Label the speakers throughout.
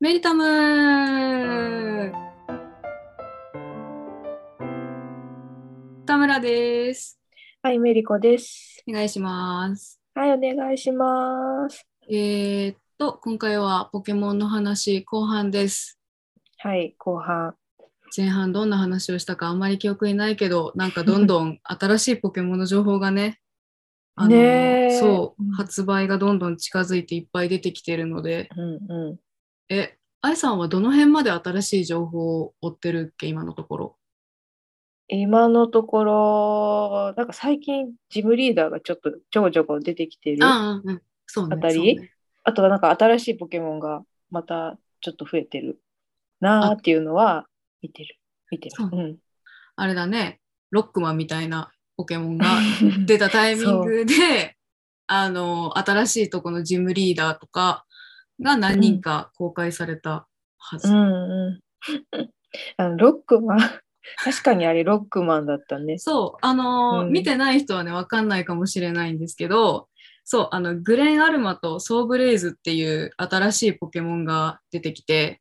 Speaker 1: メリタム田村です。
Speaker 2: はい、メリコです。
Speaker 1: お願いします。
Speaker 2: はい、お願いします。
Speaker 1: えー、っと、今回はポケモンの話後半です。
Speaker 2: はい、後半。
Speaker 1: 前半どんな話をしたかあんまり記憶にないけど、なんかどん どん新しいポケモンの情報がね、あの
Speaker 2: ねえ
Speaker 1: そう
Speaker 2: うん、
Speaker 1: 発売がどんどん近づいていっぱい出てきてるので、
Speaker 2: うんうん。
Speaker 1: え、愛さんはどの辺まで新しい情報を追ってるっけ、今のところ。
Speaker 2: 今のところ、なんか最近、ジムリーダーがちょっとちょこちょこ出てきてる。あ
Speaker 1: ああ、うん、そうね。
Speaker 2: あたり
Speaker 1: そうね
Speaker 2: とはなんか新しいポケモンがまたちょっと増えてるなーっていうのは見てる。見てる。
Speaker 1: そう
Speaker 2: うん。
Speaker 1: あれだね、ロックマンみたいなポケモンが出たタイミングで、あの、新しいとこのジムリーダーとかが何人か公開されたはず。
Speaker 2: うんうん。 あのロックマン、確かにあれロックマンだったね。
Speaker 1: そう、あのー
Speaker 2: うん
Speaker 1: 見てない人はね、わかんないかもしれないんですけど、そう、あの、グレン・アルマとソーブレイズっていう新しいポケモンが出てきて、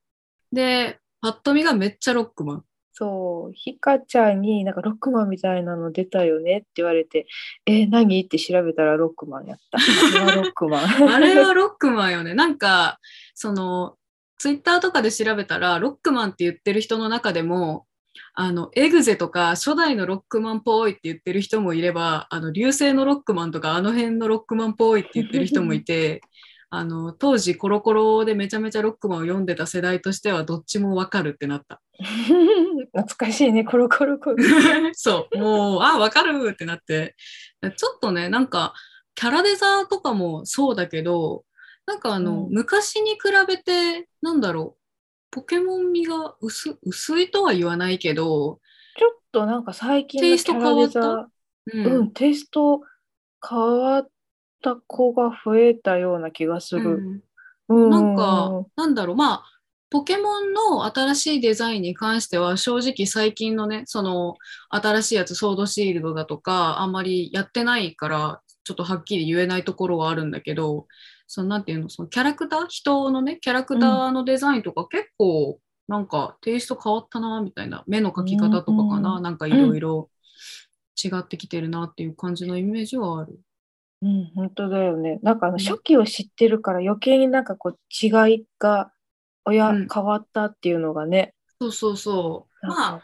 Speaker 1: で、パッと見がめっちゃロックマン。
Speaker 2: そう、ひかちゃんになんかロックマンみたいなの出たよねって言われて、えー何って調べたらロックマン やった。あれはロックマン。
Speaker 1: あれはロックマンよね。なんか、その、ツイッターとかで調べたら、ロックマンって言ってる人の中でも、あの、エグゼとか、初代のロックマンっぽいって言ってる人もいれば、あの、流星のロックマンとか、あの辺のロックマンっぽいって言ってる人もいて、あの、当時コロコロでめちゃめちゃロックマンを読んでた世代としては、どっちもわかるってなった。
Speaker 2: 懐かしいね、コロコロコロ。
Speaker 1: そう、もう、あ、わかるってなって、ちょっとね、なんか、キャラデザとかもそうだけど、なんかあの、
Speaker 2: うん
Speaker 1: 昔に比べて、なんだろう、ポケモン味が薄薄いとは言わないけど、
Speaker 2: ちょっとなんか最近の
Speaker 1: テイスト
Speaker 2: キャラデザ
Speaker 1: 変わうん
Speaker 2: うん、テイスト変わった子が増えたような気がす
Speaker 1: う
Speaker 2: る。
Speaker 1: ん
Speaker 2: う
Speaker 1: なんか、なんだろう、まあ、ポケモンの新しいデザインに関しては、正直最近のね、その、新しいやつ、ソードシールドだとか、あんまりやってないから、ちょっとはっきり言えないところはあるんだけど、その、なんていうの、そのキャラクター、人のね、キャラクターのデザインとか、結構、なんか、テイスト変わったな、みたいな、目の描き方とかか
Speaker 2: うん
Speaker 1: な、
Speaker 2: う
Speaker 1: なんかいろいろ違ってきてるなっていう感じのイメージはある。
Speaker 2: うん、本当だよね。なんかあ
Speaker 1: う
Speaker 2: の
Speaker 1: ん
Speaker 2: 初期を知ってるから余計になんかこう違いが、親
Speaker 1: うん
Speaker 2: 変わったっていうのがね、
Speaker 1: そうそうそう。
Speaker 2: なん
Speaker 1: まあ
Speaker 2: か、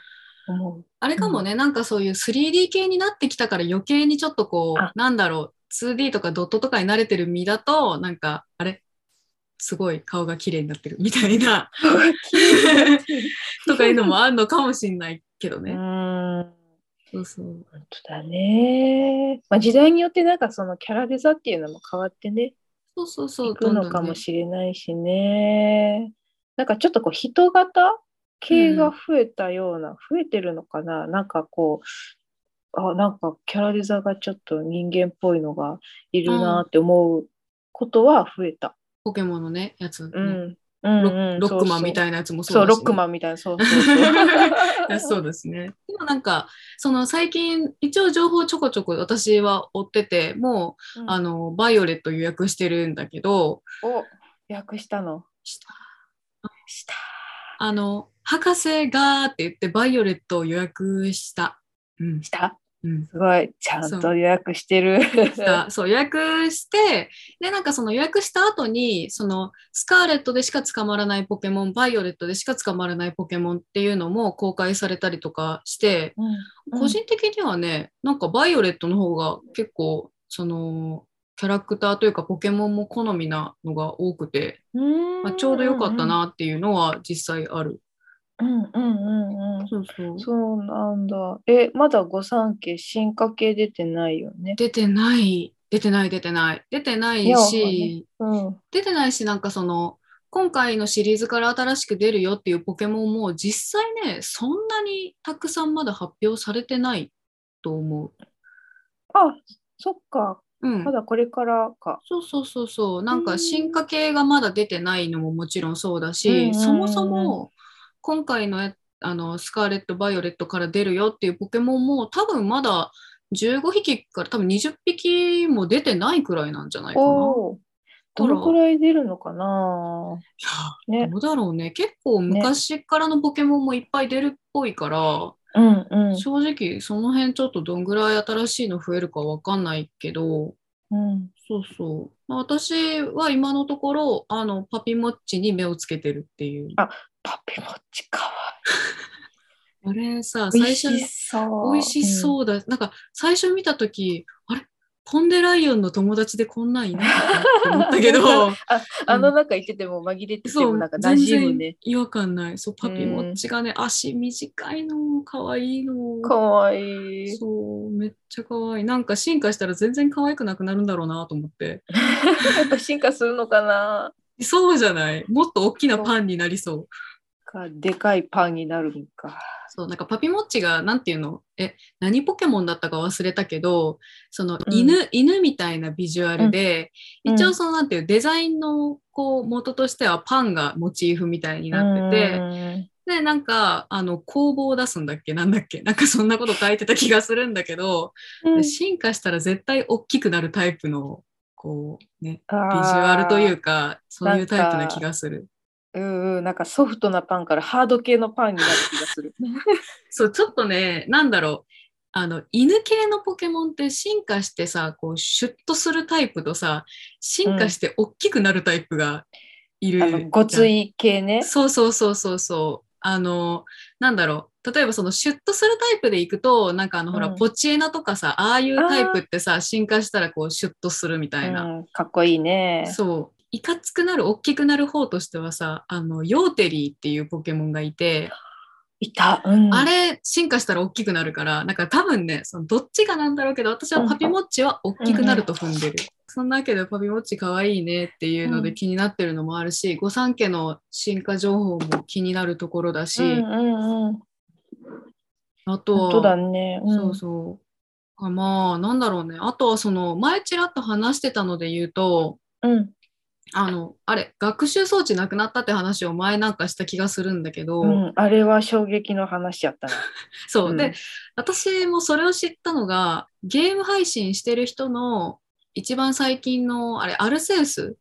Speaker 2: 思う。
Speaker 1: あれかもね、なんかそういう 3D 系になってきたから余計にちょっとこ
Speaker 2: あ
Speaker 1: う、なんだろう、2D とかドットとかに慣れてる身だと、なんか、あれすごい顔が綺麗になってるみたい な、とかいうのもあるのかもしんないけ ど
Speaker 2: う
Speaker 1: ね。
Speaker 2: ーん
Speaker 1: そうそう。
Speaker 2: 本当だね。まあ、時代によってなんかそのキャラデザっていうのも変わってね、
Speaker 1: そうそうそう。
Speaker 2: いくのかもしれないしね。なんかちょっとこう人型系が増えたような、増えてるのかななんかこう、あ、なんかキャラデザがちょっと人間っぽいのがいるなって思うことは増えた。
Speaker 1: ポケモンのね、やつ、
Speaker 2: うん。
Speaker 1: ね
Speaker 2: うん
Speaker 1: ロ
Speaker 2: うん
Speaker 1: ロックマンみ
Speaker 2: い
Speaker 1: たいなやつも
Speaker 2: そうそう、
Speaker 1: だ
Speaker 2: ロ
Speaker 1: しね
Speaker 2: ックマンみたいな、そうそ うそう。
Speaker 1: いやそうですね。でもなんか、その最近、一応情報ちょこちょこ私は追ってて、もう、
Speaker 2: うん
Speaker 1: あの、バイオレット予約してるんだけど、
Speaker 2: お、訳したの。した。
Speaker 1: あの、博士がーって言って、バイオレットを予約した。うん
Speaker 2: し、た
Speaker 1: うん。
Speaker 2: すごい、ちゃんと予約してる。
Speaker 1: したそう予約してでなんかその予約した後にそのスカーレットでしか捕まらないポケモンバイオレットでしか捕まらないポケモンっていうのも公開されたりとかして
Speaker 2: うん
Speaker 1: 個人的にはねなんかバイオレットの方が結構そのキャラクターというかポケモンも好みなのが多くて、
Speaker 2: うん
Speaker 1: まあ、ちょうど良かった。なっていうのは実際ある。
Speaker 2: うんうんうんうん。
Speaker 1: そうそう
Speaker 2: そうなんだ。え、まだ御三家、進化系出てないよね。
Speaker 1: 出てない出てない出てない出てない
Speaker 2: いやわかんな
Speaker 1: し
Speaker 2: いうん。
Speaker 1: 出てないしなんかその今回のシリーズから新しく出るよっていうポケモンも実際ねそんなにたくさんまだ発表されてないと思
Speaker 2: あ、そっか。
Speaker 1: う。うん
Speaker 2: ま、だこれからか。
Speaker 1: そうそうそうそうなん
Speaker 2: う
Speaker 1: か
Speaker 2: ん
Speaker 1: 進化系がまだ出てないのももちろんそうだ
Speaker 2: うんうん
Speaker 1: し、
Speaker 2: うん
Speaker 1: そもそも今回のやあのスカーレット・バイオレットから出るよっていうポケモンも多分まだ15匹から多分20匹も出てないくらいなんじゃないかな。
Speaker 2: おお。どのくらい出るのかない
Speaker 1: や
Speaker 2: ね。
Speaker 1: どうだろうね。結構昔からのポケモンもいっぱい出るっぽいから、
Speaker 2: うんうん。
Speaker 1: 正直その辺ちょっとどんぐらい新しいの増えるかわかんないけど、
Speaker 2: うん、
Speaker 1: そうそう。まあ私は今のところ、あの、パピモッチに目をつけてるっていう。
Speaker 2: あパピモッチかわ
Speaker 1: あれさ、
Speaker 2: いい。
Speaker 1: 最初に
Speaker 2: 美味しそう。
Speaker 1: 美味しそうだ。なんか最初見たとき、あれポンデライオンの友達でこんなんいないのかなって思ったけ ど、
Speaker 2: ああの中行ってても紛れてて
Speaker 1: そ
Speaker 2: も
Speaker 1: う
Speaker 2: なんか、馴
Speaker 1: 全
Speaker 2: 染む
Speaker 1: 然
Speaker 2: ね。
Speaker 1: 違和感ない。そう、パピモッチがね、足短いの、可愛いの。
Speaker 2: かわい い。
Speaker 1: そう、めっちゃ可愛い。なんか進化したら全然可愛くなくなるんだろうなと思って。
Speaker 2: やっぱ進化するのかな
Speaker 1: そうじゃない。もっと大きなパンになりそう。
Speaker 2: かでかいパンになるんか。
Speaker 1: そう、なんかパピモッチが、なんていうのえ、何ポケモンだったか忘れたけど、その
Speaker 2: ん
Speaker 1: 犬、犬みたいなビジュアルで、
Speaker 2: うん
Speaker 1: 一応そのなんていう、デザインのこう元としてはパンがモチーフみたいになってて、
Speaker 2: うん
Speaker 1: で、なんか、あの、工房を出すんだっけなんだっけなんかそんなこと書いてた気がするんだけど、
Speaker 2: うん
Speaker 1: 進化したら絶対大きくなるタイプの、こう、ね、ビジュアルというか、そういうタイプな気がする。
Speaker 2: あーうんうんなんかソフトなパンからハード系のパンになる気がする。
Speaker 1: そう、ちょっとね、なんだろう。あの、犬系のポケモンって進化してさ、こう、シュッとするタイプとさ、進化して大きくなるタイプがいる。
Speaker 2: あのごつい系ね。
Speaker 1: そうそうそうそうそう。あの、なんだろう。例えばそのシュッとするタイプでいくと、なんかあの、ほら、
Speaker 2: うん
Speaker 1: ポチエナとかさ、ああいうタイプってさ、進化したらこう、シュッとするみたいな。
Speaker 2: うん、かっこいいね。
Speaker 1: そう。いかつくなる、大きくなる方としてはさ、あの、ヨーテリーっていうポケモンがいて、
Speaker 2: いた。うん、
Speaker 1: あれ、進化したら大きくなるから、なんか多分ね、そのどっちがなんだろうけど、私はパピモッチは大きくなると踏んでる。そんなわけでパピモッチ可愛いねっていうの
Speaker 2: う
Speaker 1: で
Speaker 2: ん
Speaker 1: 気になってるのもあるし、御三家の進化情報も気になるところだし、
Speaker 2: うんうんうん。
Speaker 1: あと
Speaker 2: 本
Speaker 1: は、
Speaker 2: 当だね。うん、
Speaker 1: そうそう。かまあ、なんだろうね。あとはその、前ちらっと話してたので言うと、
Speaker 2: うん。
Speaker 1: あの、あれ、学習装置なくなったって話を前なんかした気がするんだけど、
Speaker 2: うん、あれは衝撃の話やったな。
Speaker 1: そう。
Speaker 2: うん
Speaker 1: で、私もそれを知ったのがゲーム配信してる人の一番最近のあれアルセウス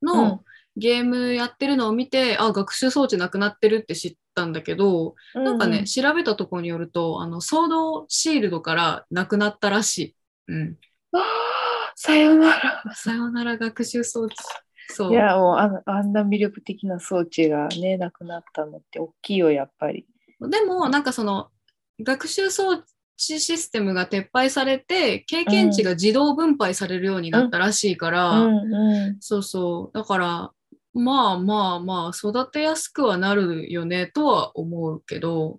Speaker 1: のゲームやってるのを見て、あ学習装置なくなってるって知ったんだけど、
Speaker 2: う
Speaker 1: なんかね、調べたところによるとあのソードシールドからなくなったらしい。うん、
Speaker 2: わあさよなら。
Speaker 1: さよなら学習装置。そう
Speaker 2: いやもうあのあんな魅力的な装置がねなくなったのって大きいよやっぱり。
Speaker 1: でもなんかその学習装置システムが撤廃されて経験値が自動分配されるようになったらしいから、
Speaker 2: うん
Speaker 1: そうそう。だから、まあまあまあ、育てやすくはなるよねとは思うけど、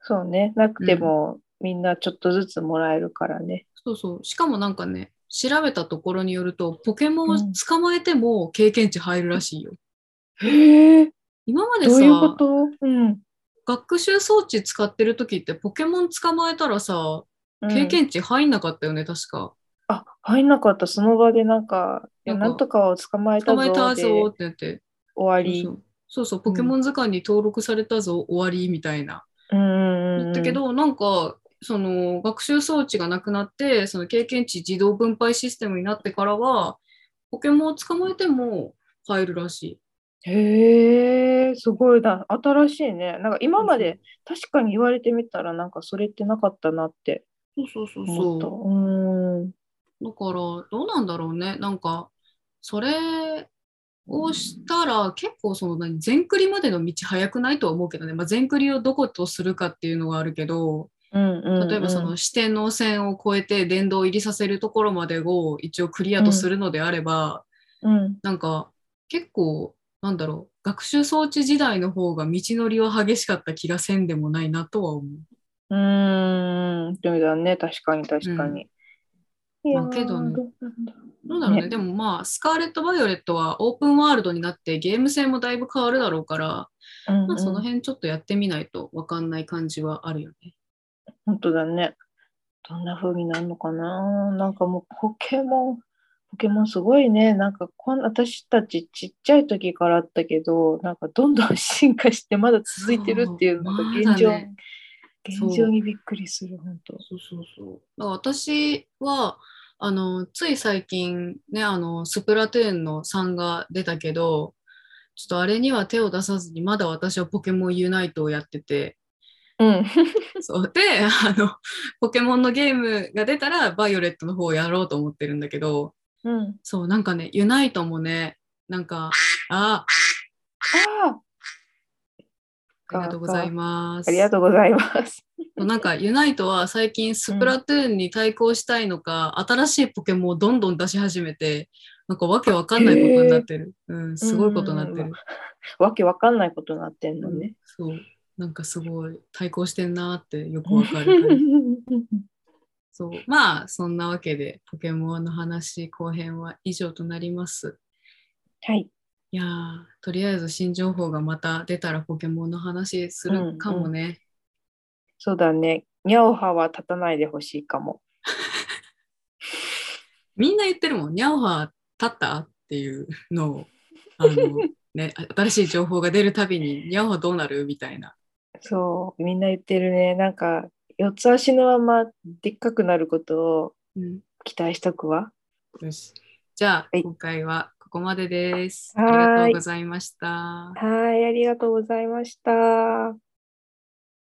Speaker 2: そうねなくても、みんなちょっとずつもらえるからね。
Speaker 1: そうそう。しかもなんかね、調べたところによると、ポケモンを捕まえても経験値入るらしいよ。
Speaker 2: へえ
Speaker 1: 今まで
Speaker 2: どういうこ
Speaker 1: さ、
Speaker 2: と？うん。
Speaker 1: 学習装置使ってる時って、ポケモン捕まえたらさ、
Speaker 2: うん
Speaker 1: 経験値入んなかったよね、確か。
Speaker 2: あ入んなかったその場でなんかいや
Speaker 1: なんか
Speaker 2: なんとかを捕まえた
Speaker 1: 捕まえ
Speaker 2: ぞ
Speaker 1: た
Speaker 2: で
Speaker 1: ぞー
Speaker 2: 終
Speaker 1: って言って。
Speaker 2: わ
Speaker 1: そう。
Speaker 2: り
Speaker 1: そうそうそう、ポケモン図鑑に登録されたぞ、終わりみたいな。
Speaker 2: うんうんう
Speaker 1: だ
Speaker 2: ん。
Speaker 1: ったけど、なんかその学習装置がなくなってその経験値自動分配システムになってからはポケモンを捕まえても入るらしい。
Speaker 2: へえすごいな新しいねなんか今まで確かに言われてみたらなんかそれってなかったなって
Speaker 1: そうそうそう
Speaker 2: 思った。
Speaker 1: そうう。だからどうなんだろうね。なんかそれをしたら結構その何全クリまでの道早くないとは思うけどね。まあ、全クリをどことするかっていうのがあるけど
Speaker 2: んうんうんうん
Speaker 1: 例えばその四天王線を越えて電動入りさせるところまでを一応クリアとするのであれば、
Speaker 2: うん、
Speaker 1: なんか結構なんだろう学習装置時代の方が道のりは激しかった気がせんでもないなとは思
Speaker 2: うーん、そうだね、確かに確かに。いやー
Speaker 1: まあけどね
Speaker 2: うなんだろう
Speaker 1: う。なんだろうね
Speaker 2: ね
Speaker 1: でもまあスカーレット・バイオレットはオープンワールドになってゲーム性もだいぶ変わるだろうから、
Speaker 2: うん
Speaker 1: まあ、その
Speaker 2: うん、
Speaker 1: 辺ちょっとやってみないと分かんない感じはあるよね。
Speaker 2: 本当だね。どんな風になるのかななんかもうポケモン、ポケモンすごいね。なんかこん私たちちっちゃい時からあったけど、なんかどんどん進化してまだ続いてるっていうのが
Speaker 1: そう
Speaker 2: 現
Speaker 1: ま
Speaker 2: 状、
Speaker 1: だね
Speaker 2: 現状にびっくりする、本当。
Speaker 1: そうそうそう。だから私はあの、つい最近ね、あの、スプラトゥーンの3が出たけど、ちょっとあれには手を出さずに、まだ私はポケモンユナイトをやってて、
Speaker 2: うん。
Speaker 1: そうで、あの、ポケモンのゲームが出たら、バイオレットの方をやろうと思ってるんだけど、
Speaker 2: うん。
Speaker 1: そう、なんかね、ユナイトもね、なんか、あ、
Speaker 2: あ
Speaker 1: ありがとうございます。
Speaker 2: あ、ありがとうございます。
Speaker 1: そうなんかユナイトは最近スプラトゥーンに対抗したいのか、新しいポケモンをどんどん出し始めてなんかわけわかんないことになってる、うんすごいことになって
Speaker 2: うん
Speaker 1: る、
Speaker 2: わけわかんないことになってんの
Speaker 1: うん
Speaker 2: ね。
Speaker 1: そうなんかすごい対抗してんなーってよくわ かる感じそうまあそんなわけでポケモンの話後編は以上となります
Speaker 2: はい。
Speaker 1: いやーとりあえず新情報がまた出たらポケモンの話するかもね、
Speaker 2: そうだね。ニャオハは立たないでほしいかも。
Speaker 1: みんな言ってるもん、ニャオハ立ったっていうのを、あ のね、新しい情報が出るたびに、ニャオハどうなるみたいな。
Speaker 2: そう、みんな言ってるね。なんか、四つ足のままでっかくなることを
Speaker 1: うん、
Speaker 2: 期待しとくわ。
Speaker 1: よし。じゃあ、
Speaker 2: はい
Speaker 1: 今回はここまでです。あ
Speaker 2: はー
Speaker 1: り
Speaker 2: い
Speaker 1: がとうございました。
Speaker 2: はい、ありがとうございました。